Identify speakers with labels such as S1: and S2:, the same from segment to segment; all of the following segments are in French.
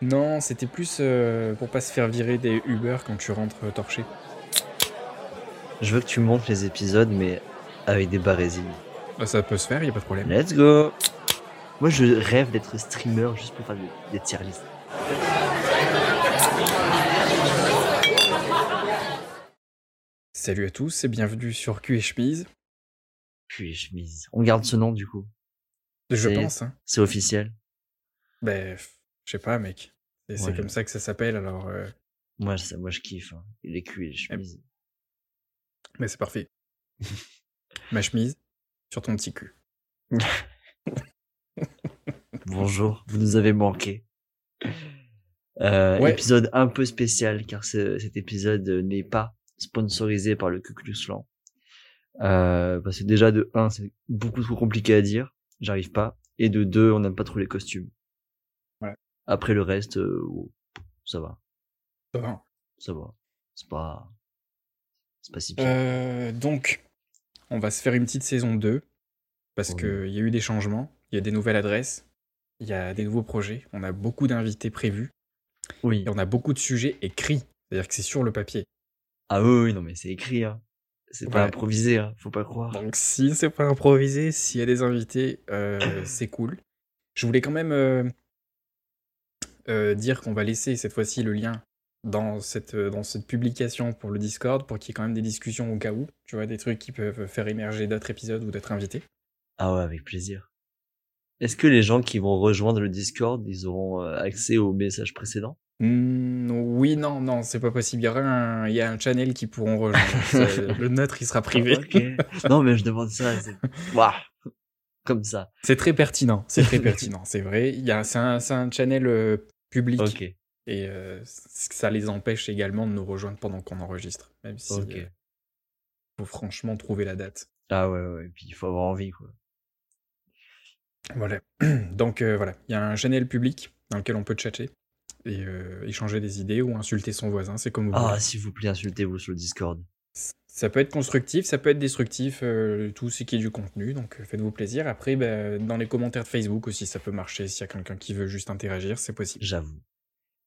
S1: Non, c'était plus euh, pour pas se faire virer des Uber quand tu rentres euh, torché.
S2: Je veux que tu montes les épisodes, mais avec des barésilles.
S1: Ah, ça peut se faire, y a pas de problème.
S2: Let's go Moi, je rêve d'être streamer juste pour faire des, des tier lists.
S1: Salut à tous et bienvenue sur Q et chemise.
S2: Puis je mise. On garde ce nom, du coup.
S1: Je
S2: C'est-
S1: pense. Hein.
S2: C'est officiel.
S1: Ben, f- je sais pas, mec. Et C'est
S2: Ouais.
S1: comme ça que ça s'appelle, alors. euh,
S2: Moi, ça, moi je kiffe. hein. Et Les culs et les chemises.
S1: Mais ben, c'est parfait. Ma chemise sur ton petit cul.
S2: Bonjour, vous nous avez manqué. Euh,
S1: Ouais.
S2: Épisode un peu spécial, car ce- cet épisode euh, n'est pas sponsorisé par le Ku Klux Klan. Euh, parce que déjà, de un, c'est beaucoup trop compliqué à dire. J'arrive pas. Et de deux, on n'aime pas trop les costumes.
S1: Voilà.
S2: Après le reste, euh, oh, ça va.
S1: Ça va.
S2: ça va. C'est pas. C'est pas si pire.
S1: Euh, donc, on va se faire une petite saison 2 parce
S2: Oh Oui.
S1: que qu'il y a eu des changements, il y a des nouvelles adresses, il y a des nouveaux projets, on a beaucoup d'invités prévus
S2: oui.
S1: et on a beaucoup de sujets écrits. C'est-à-dire que c'est sur le papier.
S2: Ah oui, oui, non, mais c'est écrit, hein. C'est pas
S1: Ouais.
S2: improvisé, hein. Faut pas croire.
S1: Donc si c'est pas improvisé, s'il y a des invités, euh, c'est cool. Je voulais quand même euh, euh, dire qu'on va laisser cette fois-ci le lien dans cette, euh, dans cette publication pour le Discord, pour qu'il y ait quand même des discussions au cas où, tu vois, des trucs qui peuvent faire émerger d'autres épisodes ou d'autres invités.
S2: Ah ouais, avec plaisir. Est-ce que les gens qui vont rejoindre le Discord, ils auront euh, accès aux messages précédents
S1: Hmm, oui, non, non, c'est pas possible. Il y aura un, il y a un channel qui pourront rejoindre. Ça, le nôtre, il sera
S2: Ah
S1: privé.
S2: Ok. non, mais je demande ça. c'est- Ouah. Comme ça.
S1: C'est très pertinent, c'est très pertinent, c'est vrai. Il y a, c'est un, c'est un channel euh, public.
S2: Ok.
S1: Et euh, c- ça les empêche également de nous rejoindre pendant qu'on enregistre. Même si
S2: Ok.
S1: euh, faut franchement trouver la date.
S2: Ah ouais, ouais. Et puis il faut avoir envie, quoi.
S1: Voilà. Donc euh, voilà, il y a un channel public dans lequel on peut chatter et euh, échanger des idées ou insulter son voisin, c'est comme vous
S2: Ah,
S1: voulez.
S2: s'il vous plaît, insultez-vous sur le Discord.
S1: C- Ça peut être constructif, ça peut être destructif, euh, tout ce qui est du contenu, donc euh, faites-vous plaisir. Après, bah, dans les commentaires de Facebook aussi, ça peut marcher. S'il y a quelqu'un qui veut juste interagir, c'est possible.
S2: J'avoue.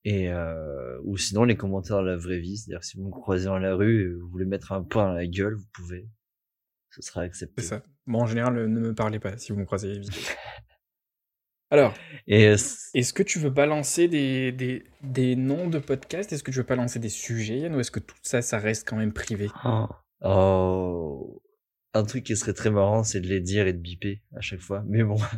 S2: Et euh, ou sinon les commentaires à la vraie vie, c'est-à-dire si vous me croisez dans la rue et vous voulez mettre un pain à la gueule, vous pouvez. Ce sera accepté.
S1: C'est ça. Bon, en général, euh, ne me parlez pas si vous me croisez. évitez. Alors,
S2: Et euh, c-
S1: Est-ce que tu veux balancer des, des, des noms de podcasts Est-ce que tu veux balancer des sujets, Yann Ou est-ce que tout ça, ça reste quand même privé
S2: oh. un truc qui serait très marrant, c'est de les dire et de biper à chaque fois. Mais bon, ça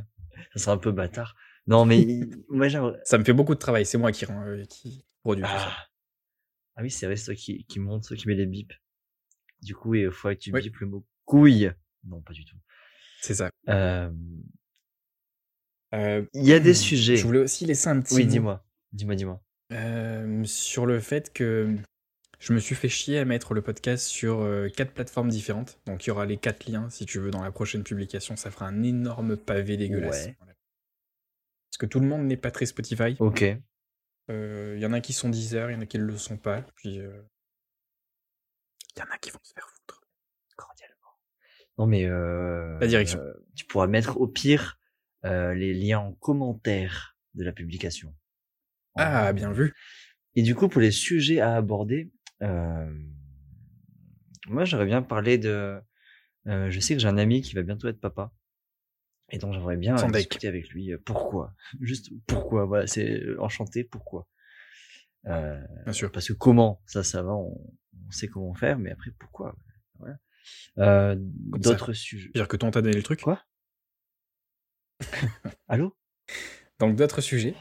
S2: serait un peu bâtard. Non, mais Ah. il- moi j'aimerais.
S1: Ça me fait beaucoup de travail, c'est moi qui, rend- euh, qui produis tout ça.
S2: Ah. Ah oui, c'est vrai, c'est toi qui, qui monte, toi qui met les bips. Du coup, il faut que tu
S1: Oui.
S2: bipes le mot couille. Non, pas du tout.
S1: C'est ça.
S2: Euh,
S1: Euh,
S2: Il y a des
S1: Hmm.
S2: sujets.
S1: je voulais aussi laisser un petit
S2: Oui,
S1: mot,
S2: dis-moi, dis-moi, dis-moi.
S1: euh, sur le fait que je me suis fait chier à mettre le podcast sur euh, quatre plateformes différentes. Donc, il y aura les quatre liens, si tu veux, dans la prochaine publication. Ça fera un énorme pavé dégueulasse.
S2: Ouais.
S1: Voilà. Parce que tout le monde n'est pas très Spotify.
S2: Ok.
S1: Euh, Il y en a qui sont 10 heures, il y en a qui ne le sont pas. Puis euh il y en a qui vont se faire foutre.
S2: cordialement. Non mais euh,
S1: La direction.
S2: euh, tu pourras mettre au pire euh, les liens en commentaire de la publication. En-
S1: Ah, bien vu.
S2: Et du coup pour les sujets à aborder, euh, moi j'aimerais bien parler de. euh, je sais que j'ai un ami qui va bientôt être papa. Et donc j'aimerais bien
S1: Son
S2: euh,
S1: deck.
S2: discuter avec lui. euh, Pourquoi Juste pourquoi Voilà, c'est euh, enchanté. Pourquoi Euh,
S1: Bien sûr.
S2: parce que comment ça ça va on, on sait comment faire mais après pourquoi voilà. Euh,
S1: ça.
S2: d'autres sujets
S1: Dire que ton t'a donné le truc.
S2: Quoi allô
S1: Donc d'autres sujets.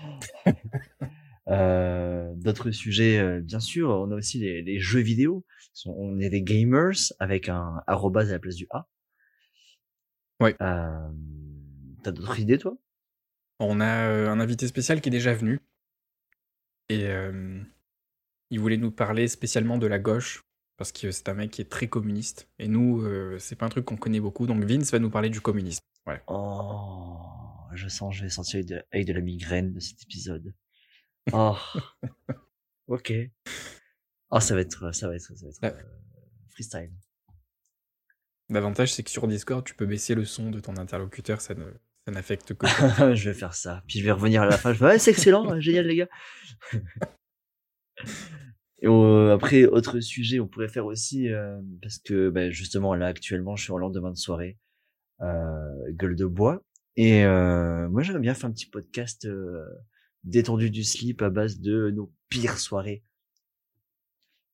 S2: Euh, d'autres sujets euh, bien sûr on a aussi les, les jeux vidéo on est des gamers avec un arrobase à la place du a
S1: Ouais.
S2: Euh, t'as d'autres idées toi
S1: On a euh, un invité spécial qui est déjà venu. Et euh, il voulait nous parler spécialement de la gauche. Parce que c'est un mec qui est très communiste. Et nous, euh, c'est pas un truc qu'on connaît beaucoup. Donc Vince va nous parler du communisme.
S2: oh je sens je vais sortir avec de, avec de la migraine de cet épisode oh ok oh ça va être ça va être ça va être
S1: Ah.
S2: euh, freestyle
S1: L'avantage, c'est que sur Discord, tu peux baisser le son de ton interlocuteur. Ça ne- ça n'affecte que.
S2: je vais faire ça. Puis je vais revenir à la fin. Je vais, ouais, c'est excellent, euh, génial les gars. Et on- après, autre sujet, on pourrait faire aussi, euh, parce que ben, justement, là, actuellement, je suis en lendemain de soirée, euh, gueule de bois. Et euh, moi, j'aimerais bien faire un petit podcast euh, détendu du slip à base de nos pires soirées.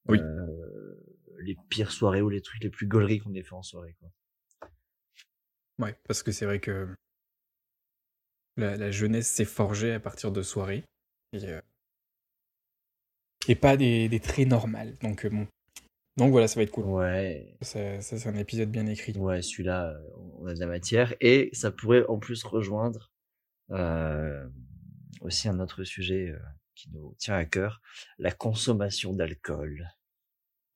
S1: Oui.
S2: Euh, les pires soirées ou les trucs les plus gauleries qu'on ait fait en soirée. Quoi.
S1: Ouais, parce que c'est vrai que la, la jeunesse s'est forgée à partir de soirées. Et, euh, et pas des, des traits normales. Donc, euh, bon. Donc voilà, ça va être cool.
S2: Ouais.
S1: Ça, ça, c'est un épisode bien écrit.
S2: Ouais, celui-là, euh, on a de la matière. Et ça pourrait en plus rejoindre euh, aussi un autre sujet euh, qui nous tient à cœur, la consommation d'alcool.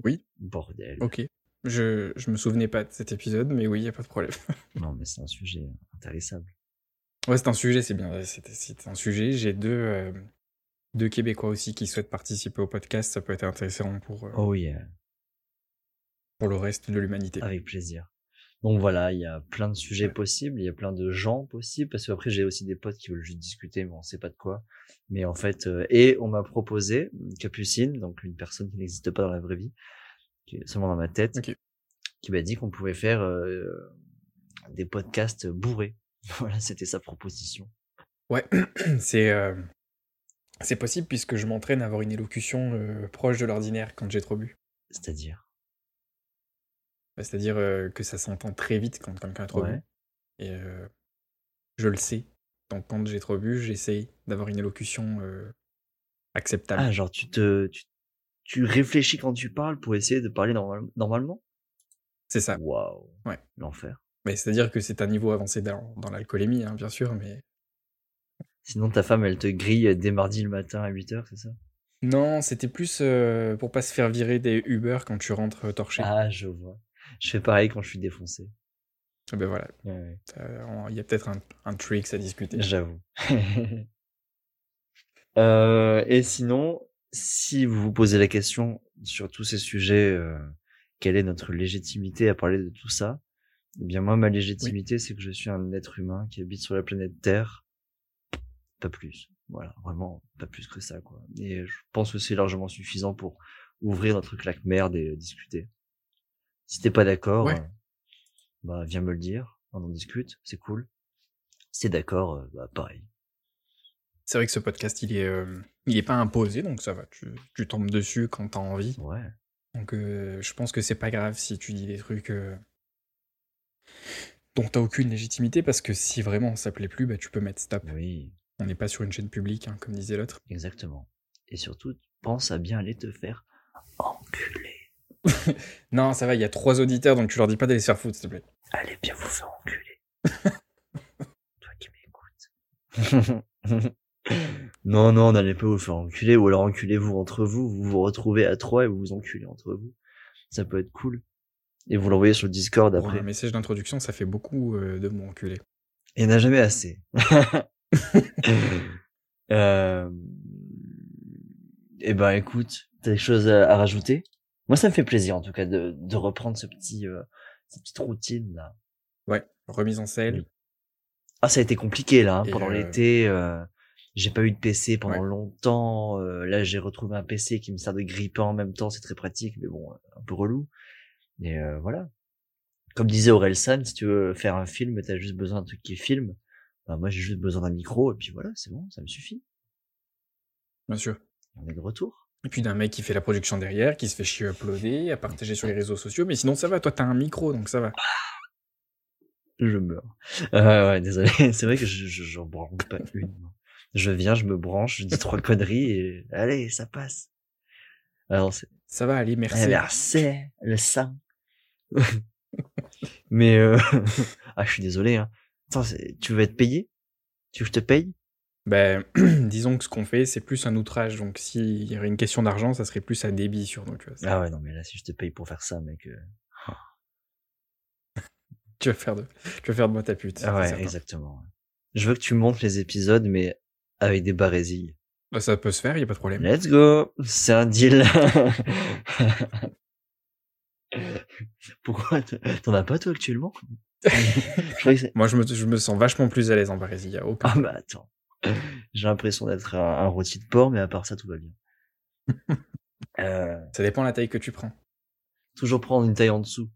S1: Oui.
S2: Bordel.
S1: Ok. Je, je me souvenais pas de cet épisode, mais oui, y a pas de problème.
S2: Non, mais c'est un sujet intéressable.
S1: Ouais, c'est un sujet, c'est bien. C'est c'est un sujet. J'ai deux, euh, deux Québécois aussi qui souhaitent participer au podcast. Ça peut être intéressant pour, euh,
S2: Oh oui, euh,
S1: pour le reste de l'humanité.
S2: avec plaisir. Donc voilà, il y a plein de sujets possibles, il y a plein de gens possibles, parce que après j'ai aussi des potes qui veulent juste discuter, mais on sait pas de quoi. Mais en fait, euh, et on m'a proposé une Capucine, donc une personne qui n'existe pas dans la vraie vie, qui est seulement dans ma tête,
S1: Ok.
S2: qui m'a dit qu'on pouvait faire euh, des podcasts bourrés. Voilà, c'était sa proposition.
S1: Ouais, c'est euh, c'est possible puisque je m'entraîne à avoir une élocution euh, proche de l'ordinaire quand j'ai trop bu.
S2: C'est-à-dire,
S1: Bah, C'est-à-dire euh, que ça s'entend très vite quand quelqu'un a trop
S2: Ouais.
S1: bu. Et euh, je le sais. Donc quand j'ai trop bu, j'essaye d'avoir une élocution euh, acceptable.
S2: ah, genre tu te, tu, tu réfléchis quand tu parles pour essayer de parler normal- normalement.
S1: C'est ça.
S2: Waouh.
S1: Ouais.
S2: L'enfer.
S1: Mais c'est-à-dire que c'est un niveau avancé dans, dans l'alcoolémie, hein, bien sûr, mais
S2: Sinon, ta femme, elle te grille dès mardi le matin à 8h, c'est ça
S1: Non, c'était plus euh, pour pas se faire virer des Uber quand tu rentres euh, torché.
S2: Ah, je vois. Je fais pareil quand je suis défoncé.
S1: Eh Ben voilà,
S2: Ouais, ouais,
S1: euh, on- il y a peut-être un, un tricks à discuter.
S2: J'avoue. Euh, et sinon, si vous vous posez la question sur tous ces sujets, euh, quelle est notre légitimité à parler de tout ça Eh bien, moi, ma légitimité, c'est que je suis un être humain qui habite sur la planète Terre. Pas plus. Voilà, vraiment, pas plus que ça, quoi. Et je pense que c'est largement suffisant pour ouvrir notre claque-merde et euh, discuter. Si t'es pas d'accord,
S1: Ouais.
S2: euh, bah, viens me le dire, on en discute, c'est cool. Si t'es d'accord, euh, bah, pareil.
S1: C'est vrai que ce podcast, il est, euh, il est pas imposé, donc ça va, tu, tu tombes dessus quand t'as envie.
S2: Ouais.
S1: Donc euh, je pense que c'est pas grave si tu dis des trucs euh, dont t'as aucune légitimité, parce que si vraiment ça plaît plus, bah, tu peux mettre stop.
S2: Oui.
S1: On n'est pas sur une chaîne publique, hein, comme disait l'autre.
S2: Exactement. Et surtout, pense à bien aller te faire enculer.
S1: Non, ça va, il y a trois auditeurs, donc tu leur dis pas d'aller se faire foutre, s'il te plaît.
S2: Allez bien vous faire enculer. Toi qui m'écoutes. non, non, n'allez pas vous faire enculer, ou alors enculez-vous entre vous, vous vous retrouvez à trois et vous vous enculez entre vous. Ça peut être cool. Et vous l'envoyez sur le Discord
S1: Pour
S2: Bah, après.
S1: un message d'introduction, ça fait beaucoup euh, de mots enculés.
S2: Il n'y en a jamais assez. euh... Eh ben, écoute, t'as des choses à, à rajouter Moi, ça me fait plaisir, en tout cas, de, de reprendre ce petit, euh, cette petite routine là.
S1: Ouais, remise en selle.
S2: Oui. Ah, ça a été compliqué là, hein,
S1: Et,
S2: pendant
S1: euh,
S2: l'été. euh, j'ai pas eu de PC pendant
S1: Ouais.
S2: longtemps. euh, là, j'ai retrouvé un PC qui me sert de grippin en même temps. C'est très pratique, mais bon, un peu relou. Mais euh, voilà. Comme disait Aurel San, si tu veux faire un film, t'as juste besoin d'un truc qui filme. Bah, moi, j'ai juste besoin d'un micro et puis voilà, c'est bon, ça me suffit.
S1: Bien sûr.
S2: On est de retour.
S1: Et puis d'un mec qui fait la production derrière, qui se fait chier à uploader, à partager sur les réseaux sociaux. Mais sinon, ça va, toi, t'as un micro, donc ça va.
S2: Je meurs. Euh, ouais, désolé. c'est vrai que je, je, j'en branle pas une. moi. Je viens, je me branche, je dis trois conneries et allez, ça passe. Alors,
S1: Ça va, allez, merci.
S2: Eh ben, c'est le sang. Mais euh... ah, je suis désolé. Hein. Attends, c'est- tu veux être payé Tu veux que je te paye
S1: Ben, disons que ce qu'on fait, c'est plus un outrage. Donc s'il y avait une question d'argent, ça serait plus à débit sur nous. Tu, vois, Ça-
S2: Ah ouais, non, mais là, si je te paye pour faire ça, mec. euh,
S1: tu, vas, faire de... tu vas faire de moi ta pute.
S2: Ah
S1: c'est
S2: ouais,
S1: certain.
S2: exactement. ouais. Je veux que tu montes les épisodes, mais avec des barésilles.
S1: Ben, ça peut se faire, y a pas de problème.
S2: Let's go C'est un deal. Pourquoi t- T'en as pas, toi, actuellement Je croyais que c'est-
S1: Moi, je me, je me sens vachement plus à l'aise en Paris. Il y a aucun.
S2: Ah, mais attends. J'ai l'impression d'être un, un rôti de porc, mais à part ça, tout va bien. Euh,
S1: Ça dépend la taille que tu prends.
S2: toujours prendre une taille en dessous.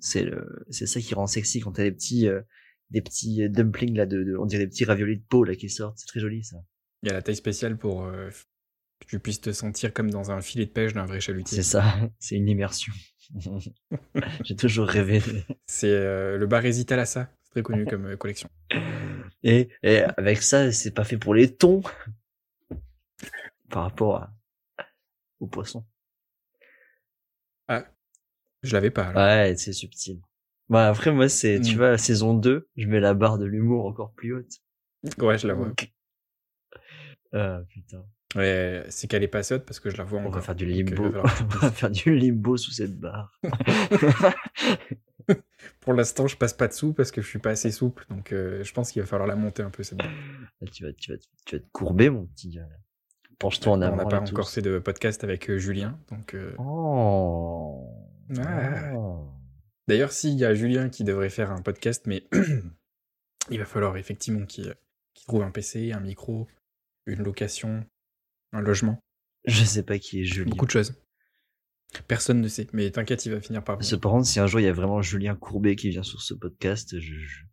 S2: C'est le, c'est ça qui rend sexy quand t'as des petits, euh, des petits dumplings là de, de- on dirait des petits raviolis de peau là qui sortent. C'est très joli ça.
S1: Il y a la taille spéciale pour euh, que tu puisses te sentir comme dans un filet de pêche d'un vrai
S2: C'est
S1: chalutier.
S2: ça. C'est une immersion. J'ai toujours rêvé. de-
S1: C'est euh, le Baresi Talassa. C'est très connu comme euh, collection.
S2: Et, et avec ça, c'est pas fait pour les thons. Par rapport à, aux poissons.
S1: Je l'avais pas. alors.
S2: Ouais, c'est subtil. Bah après moi c'est tu
S1: Mm.
S2: vois saison 2, je mets la barre de l'humour encore plus haute.
S1: Ouais, je la vois.
S2: Ah putain,
S1: Ouais, euh, c'est qu'elle est pas saute parce que je la vois
S2: on
S1: encore.
S2: va faire du
S1: Donc, euh,
S2: limbo.
S1: il va falloir que je
S2: On
S1: pousse.
S2: va faire du limbo sous cette barre.
S1: Pour l'instant, je passe pas dessous parce que je suis pas assez souple. Donc, euh, je pense qu'il va falloir la monter un peu cette barre.
S2: Là, Ah, tu vas tu vas tu vas te courber mon petit gars. Penche-toi en
S1: On
S2: avant.
S1: n'a
S2: là,
S1: pas
S2: tous.
S1: encore fait de podcast avec euh, Julien. Donc, euh,
S2: Oh.
S1: ah.
S2: Oh.
S1: D'ailleurs, s'il y a Julien qui devrait faire un podcast, mais il va falloir effectivement qu'il qu'il trouve un PC, un micro, une location, un logement,
S2: Je sais pas qui est Julien.
S1: beaucoup de choses. Personne ne sait, mais t'inquiète, il va finir par. venir.
S2: Cependant, si un jour il y a vraiment Julien Courbet qui vient sur ce podcast, je, je,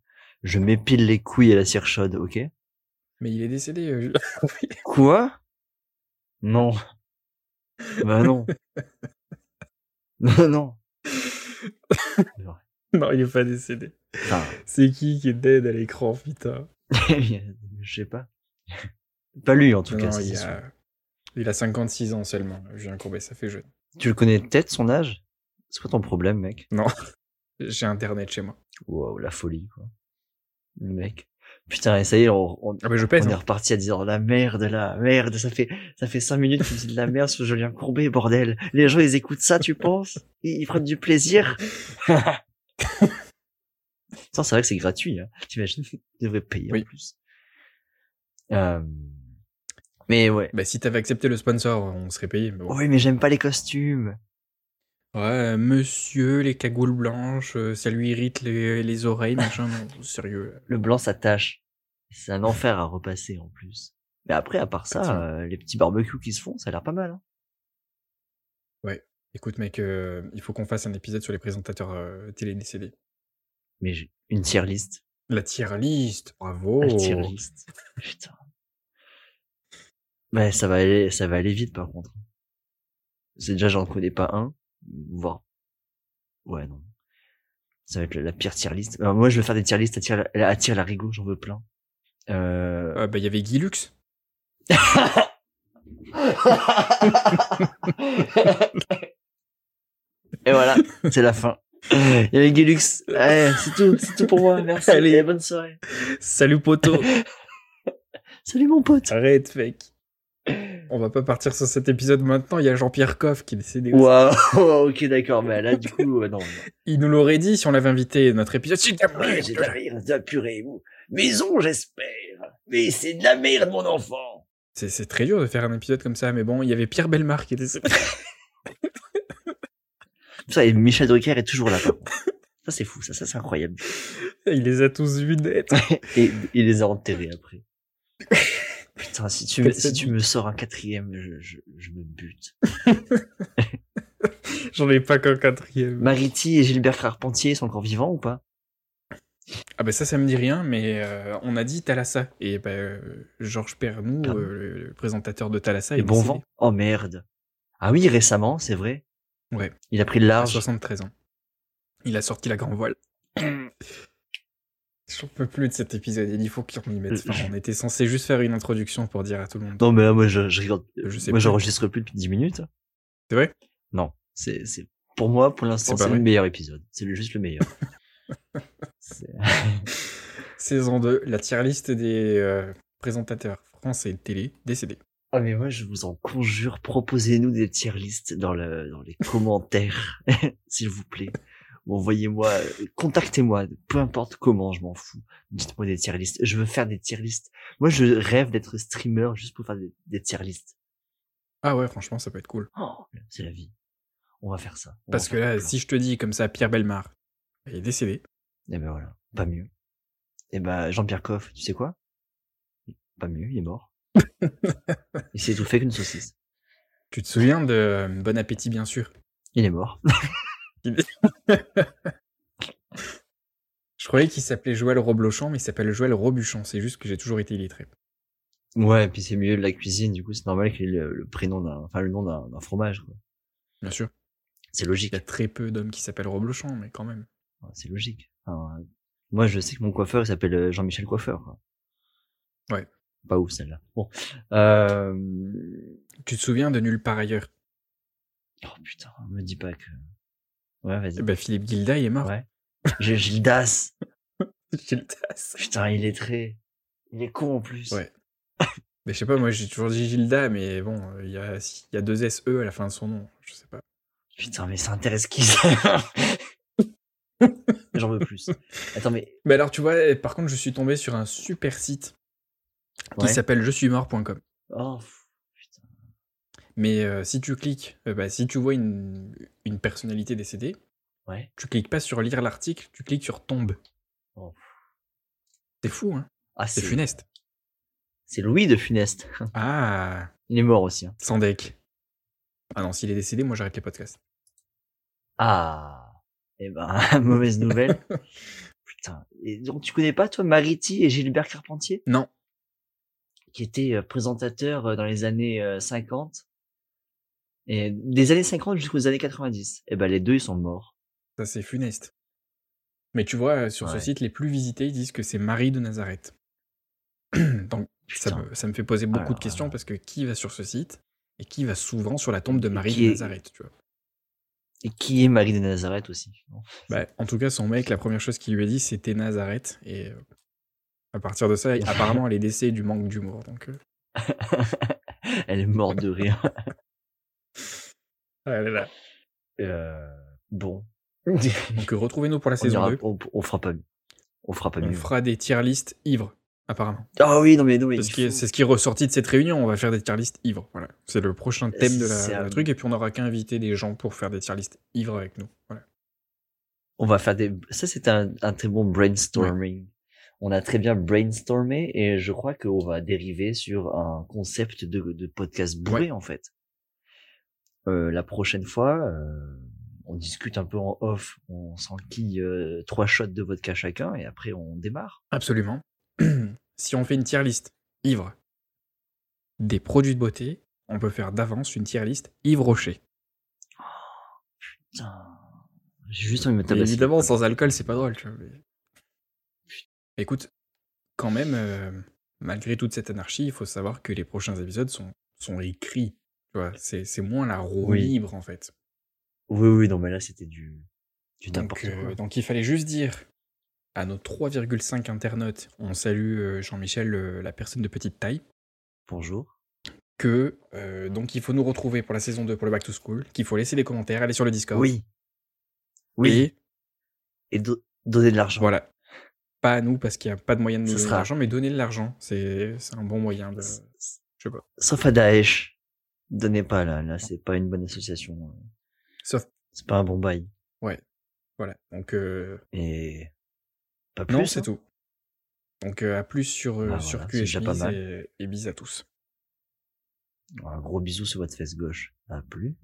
S2: je m'épile les couilles à la cire chaude, ok
S1: Mais il est décédé. euh, Julien.
S2: Quoi Non. Bah non. non, non.
S1: non, il est pas décédé.
S2: Enfin,
S1: C'est qui qui est dead à l'écran, putain
S2: je sais pas. Pas lui en tout
S1: Non,
S2: cas.
S1: non,
S2: c'est
S1: il,
S2: sûr.
S1: a... il a 56 ans seulement, Julien Courbet, ça fait jeune.
S2: Tu le connais peut-être son âge C'est quoi ton problème, mec
S1: J'ai internet chez moi.
S2: Wow, la folie, quoi. Le mec. Putain, et ça y est, on, on,
S1: Ah, mais je pèse.
S2: on est
S1: hein.
S2: reparti à dire oh, la merde, la merde. Ça fait ça fait cinq minutes que tu dis de la merde sur Julien Courbet, bordel. Les gens, ils écoutent ça, tu penses ils, ils prennent du plaisir. Putain, c'est vrai que c'est gratuit. Hein. T'imagines Tu devrais payer en
S1: Oui.
S2: plus. Euh, Mais ouais.
S1: Bah, si t'avais accepté le sponsor, on serait payé. Mais bon.
S2: Oui, mais j'aime pas les costumes.
S1: Ouais, monsieur, les cagoules blanches, euh, ça lui irrite les, les oreilles, machin. non, sérieux.
S2: Le blanc, ça tâche. C'est un enfer à repasser en plus. Mais après, à part ça,
S1: Effectivement.
S2: euh, les petits barbecues qui se font, ça a l'air pas mal. Hein.
S1: Écoute, mec, euh, il faut qu'on fasse un épisode sur les présentateurs euh, télé décédés.
S2: Mais j'ai une tier list.
S1: La tier list, bravo.
S2: La tier list. Putain. Ouais, ça va aller, ça va aller vite par contre. C'est déjà, j'en connais pas un, voire. Ouais, non. Ça va être la, la pire tier list. Alors, moi, je vais faire des tier lists à tier, la- à tier larigot, j'en veux plein. Euh...
S1: Ah, bah, il y avait Guy Lux.
S2: Et voilà, c'est la fin. Il y avait Gilux. Ouais, c'est tout, c'est tout pour moi. Merci.
S1: Allez.
S2: et bonne soirée.
S1: Salut, poteau.
S2: Salut mon pote.
S1: Arrête, mec. On va pas partir sur cet épisode maintenant. Il y a Jean-Pierre Coff qui est décédé. aussi.
S2: Waouh, ok d'accord, mais là du coup, euh, non. non.
S1: Il nous l'aurait dit si on l'avait invité notre épisode. C'est de la
S3: Ouais,
S1: merde.
S3: c'est de la merde, de la purée, ou maison, j'espère. Mais c'est de la merde, mon enfant.
S1: C'est c'est très dur de faire un épisode comme ça, mais bon, il y avait Pierre Belmar qui était décédé.
S2: Ça et Michel Drucker est toujours là. par contre. Ça c'est fou, ça, ça c'est incroyable.
S1: Il les a tous vus naître.
S2: Et il les a enterrés après. Putain, si tu me,
S1: Personne
S2: si tu me sors un quatrième, je, je, je me bute.
S1: J'en ai pas qu'un quatrième.
S2: Mariti et Gilbert Carpentier sont encore vivants ou pas
S1: Ah bah ça, ça me dit rien, mais euh, on a dit Thalassa. Et bah, euh, Georges Pernou,
S2: Pardon
S1: euh, le, le présentateur de Thalassa, est
S2: Et bon
S1: décédé
S2: vent Oh merde. Ah oui, récemment, c'est vrai.
S1: Ouais. Ah,
S2: Il a pris le
S1: à
S2: large.
S1: 73 ans. Il a sorti la grand voile. J'en peux plus de cet épisode, il faut qu'on y mette fin. On était censé juste faire une introduction pour dire à tout le monde.
S2: Non mais là, moi je, je regarde.
S1: Je sais
S2: moi
S1: plus.
S2: j'enregistre plus depuis 10 minutes.
S1: C'est vrai
S2: Non, c'est c'est pour moi pour l'instant
S1: C'est pas
S2: c'est le
S1: vrai.
S2: meilleur épisode. C'est le- juste le meilleur. C'est-
S1: Saison 2, la tier list des euh, présentateurs français de télé décédés.
S2: Ah mais moi je vous en conjure, proposez-nous des tier lists dans, le, dans les commentaires, s'il vous plaît. Ou envoyez-moi, euh, contactez-moi, peu importe comment, je m'en fous. Dites-moi des tier lists. Je veux faire des tier lists. Moi je rêve d'être streamer juste pour faire des, des tier lists.
S1: Ah ouais, franchement, ça peut être cool.
S2: Oh, c'est la vie. On va faire ça. On va
S1: Parce
S2: en
S1: que
S2: faire
S1: là,
S2: plein.
S1: si je te dis comme ça, Pierre Belmar il est décédé.
S2: Eh ben voilà, pas mieux. Eh ben Jean-Pierre Coff, tu sais quoi Pas mieux, il est mort. il s'est étouffé qu'une saucisse.
S1: Tu te souviens de euh, Bon Appétit, bien sûr.
S2: Il est mort.
S1: Je croyais qu'il s'appelait Joël Roblochon, mais il s'appelle Joël Robuchon. C'est juste que j'ai toujours été illettré.
S2: Ouais, et puis c'est mieux de la cuisine, du coup c'est normal qu'il ait le, le prénom d'un, enfin le nom d'un, d'un fromage. quoi.
S1: Bien sûr.
S2: C'est
S1: Il
S2: logique.
S1: y a très peu d'hommes qui s'appellent Roblochon, mais quand même.
S2: Ouais, C'est logique. Enfin, euh, moi je sais que mon coiffeur il s'appelle euh, Jean-Michel Coiffeur. quoi.
S1: Ouais.
S2: Pas ouf celle-là. Bon. Euh...
S1: Tu te souviens de Nulle part ailleurs
S2: Oh putain, me dis pas que. Ouais, vas-y.
S1: Eh ben, Philippe Gilda, il est mort.
S2: Ouais. J'ai Gildas.
S1: Gildas.
S2: Putain, il est très. Il est con en plus.
S1: Ouais. Mais je sais pas, moi j'ai toujours dit Gilda, mais bon, euh, il y a, il y a deux SE à la fin de son nom. Je sais pas.
S2: Putain, mais ça intéresse qui ça J'en veux plus. Attends, mais.
S1: Mais alors, tu vois, eh, par contre, je suis tombé sur un super site qui
S2: Ouais.
S1: s'appelle je suis mort.com.
S2: Oh, pff,
S1: Mais euh, si tu cliques, euh, bah, si tu vois une, une personnalité décédée,
S2: ouais.
S1: tu cliques pas sur lire l'article, tu cliques sur tombe.
S2: Oh.
S1: C'est fou, hein
S2: Ah,
S1: C'est
S2: c'est hein.
S1: funeste.
S2: c'est Louis de Funeste.
S1: Ah,
S2: Il est mort aussi. hein.
S1: sans deck. Ah non, s'il est décédé, moi j'arrête les podcasts.
S2: Ah. Eh ben, mauvaise nouvelle. Putain. Et donc, tu connais pas, toi, Mariti et Gilbert Carpentier
S1: Non.
S2: Qui étaient euh, présentateurs euh, dans les années euh, 50. Et des années 50 jusqu'aux années 90. Eh ben, les deux, ils sont morts.
S1: Ça, c'est funeste. Mais tu vois, euh, sur ce
S2: Ouais.
S1: site, les plus visités, ils disent que c'est Marie de Nazareth. Donc, ça
S2: Putain.
S1: me, ça me fait poser beaucoup
S2: Alors,
S1: de questions
S2: alors.
S1: parce que qui va sur ce site et qui va souvent sur la tombe de
S2: Et
S1: Marie
S2: qui
S1: de
S2: est-
S1: Nazareth, tu vois.
S2: Et qui est Marie de Nazareth aussi
S1: Bah, en tout cas, son mec, la première chose qu'il lui a dit, c'était Nazareth. Et euh, à partir de ça, apparemment, elle est décédée du manque d'humour. Donc, euh,
S2: Elle est morte de rire.
S1: ah là là.
S2: Euh, bon.
S1: Donc, euh, retrouvez-nous pour la
S2: on,
S1: saison
S2: ira-
S1: 2.
S2: on, on fera pas mieux. On fera pas
S1: On
S2: mieux.
S1: fera des tier listes ivres, apparemment.
S2: Ah oui, non mais non mais.
S1: C'est
S2: il
S1: ce, qui est,
S2: faut-
S1: c'est ce qui est ressorti de cette réunion. On va faire des tier listes ivres. Voilà. C'est le prochain thème de
S2: C'est
S1: la,
S2: un-
S1: la truc. Et puis, on n'aura qu'à inviter des gens pour faire des tier listes ivres avec nous. Voilà.
S2: On va faire des. Ça c'est un, un très bon brainstorming. On a très bien brainstormé et je crois qu'on va dériver sur un concept de, de podcast bourré en fait. Euh, la prochaine fois, euh, on discute un peu en off, on s'enquille euh, trois shots de vodka chacun et après on démarre.
S1: Absolument. si on fait une tier list ivre des produits de beauté, on peut faire d'avance une tier list ivre rocher.
S2: Putain. J'ai juste envie de me
S1: Mais
S2: tabasser.
S1: évidemment, sans alcool, c'est pas drôle, tu vois. mais- Écoute, quand même, euh, malgré toute cette anarchie, il faut savoir que les prochains épisodes sont, sont écrits. Tu vois, c'est c'est moins la roue
S2: Oui.
S1: libre, en fait.
S2: Oui, oui, non, mais là, c'était du, du
S1: Donc,
S2: n'importe
S1: euh,
S2: quoi.
S1: donc il fallait juste dire à nos 3,5 internautes, on salue euh, Jean-Michel, euh, la personne de petite taille,
S2: Bonjour.
S1: que euh, donc il faut nous retrouver pour la saison 2 pour le Back to School, qu'il faut laisser des commentaires, aller sur le Discord.
S2: Oui. Oui.
S1: Et
S2: Et, do- donner de l'argent.
S1: voilà. Pas à nous parce qu'il n'y a pas de moyen de nous
S2: Ce
S1: donner de
S2: sera-
S1: l'argent, mais donner de l'argent, c'est c'est un bon moyen de.
S2: S- s-
S1: je sais pas.
S2: Euh, Sauf à Daesh. Donnez pas, là. Là, c'est pas une bonne association. euh,
S1: Sauf-
S2: C'est pas un bon bail.
S1: Voilà. Donc, euh,
S2: Et. Pas plus.
S1: non, c'est
S2: hein.
S1: tout. Donc, euh, à plus sur, euh,
S2: Ah,
S1: sur
S2: voilà,
S1: Q et
S2: c'est déjà pas
S1: Chemise
S2: mal.
S1: et, et bis à tous.
S2: Un gros bisou sur votre fesse gauche. À plus.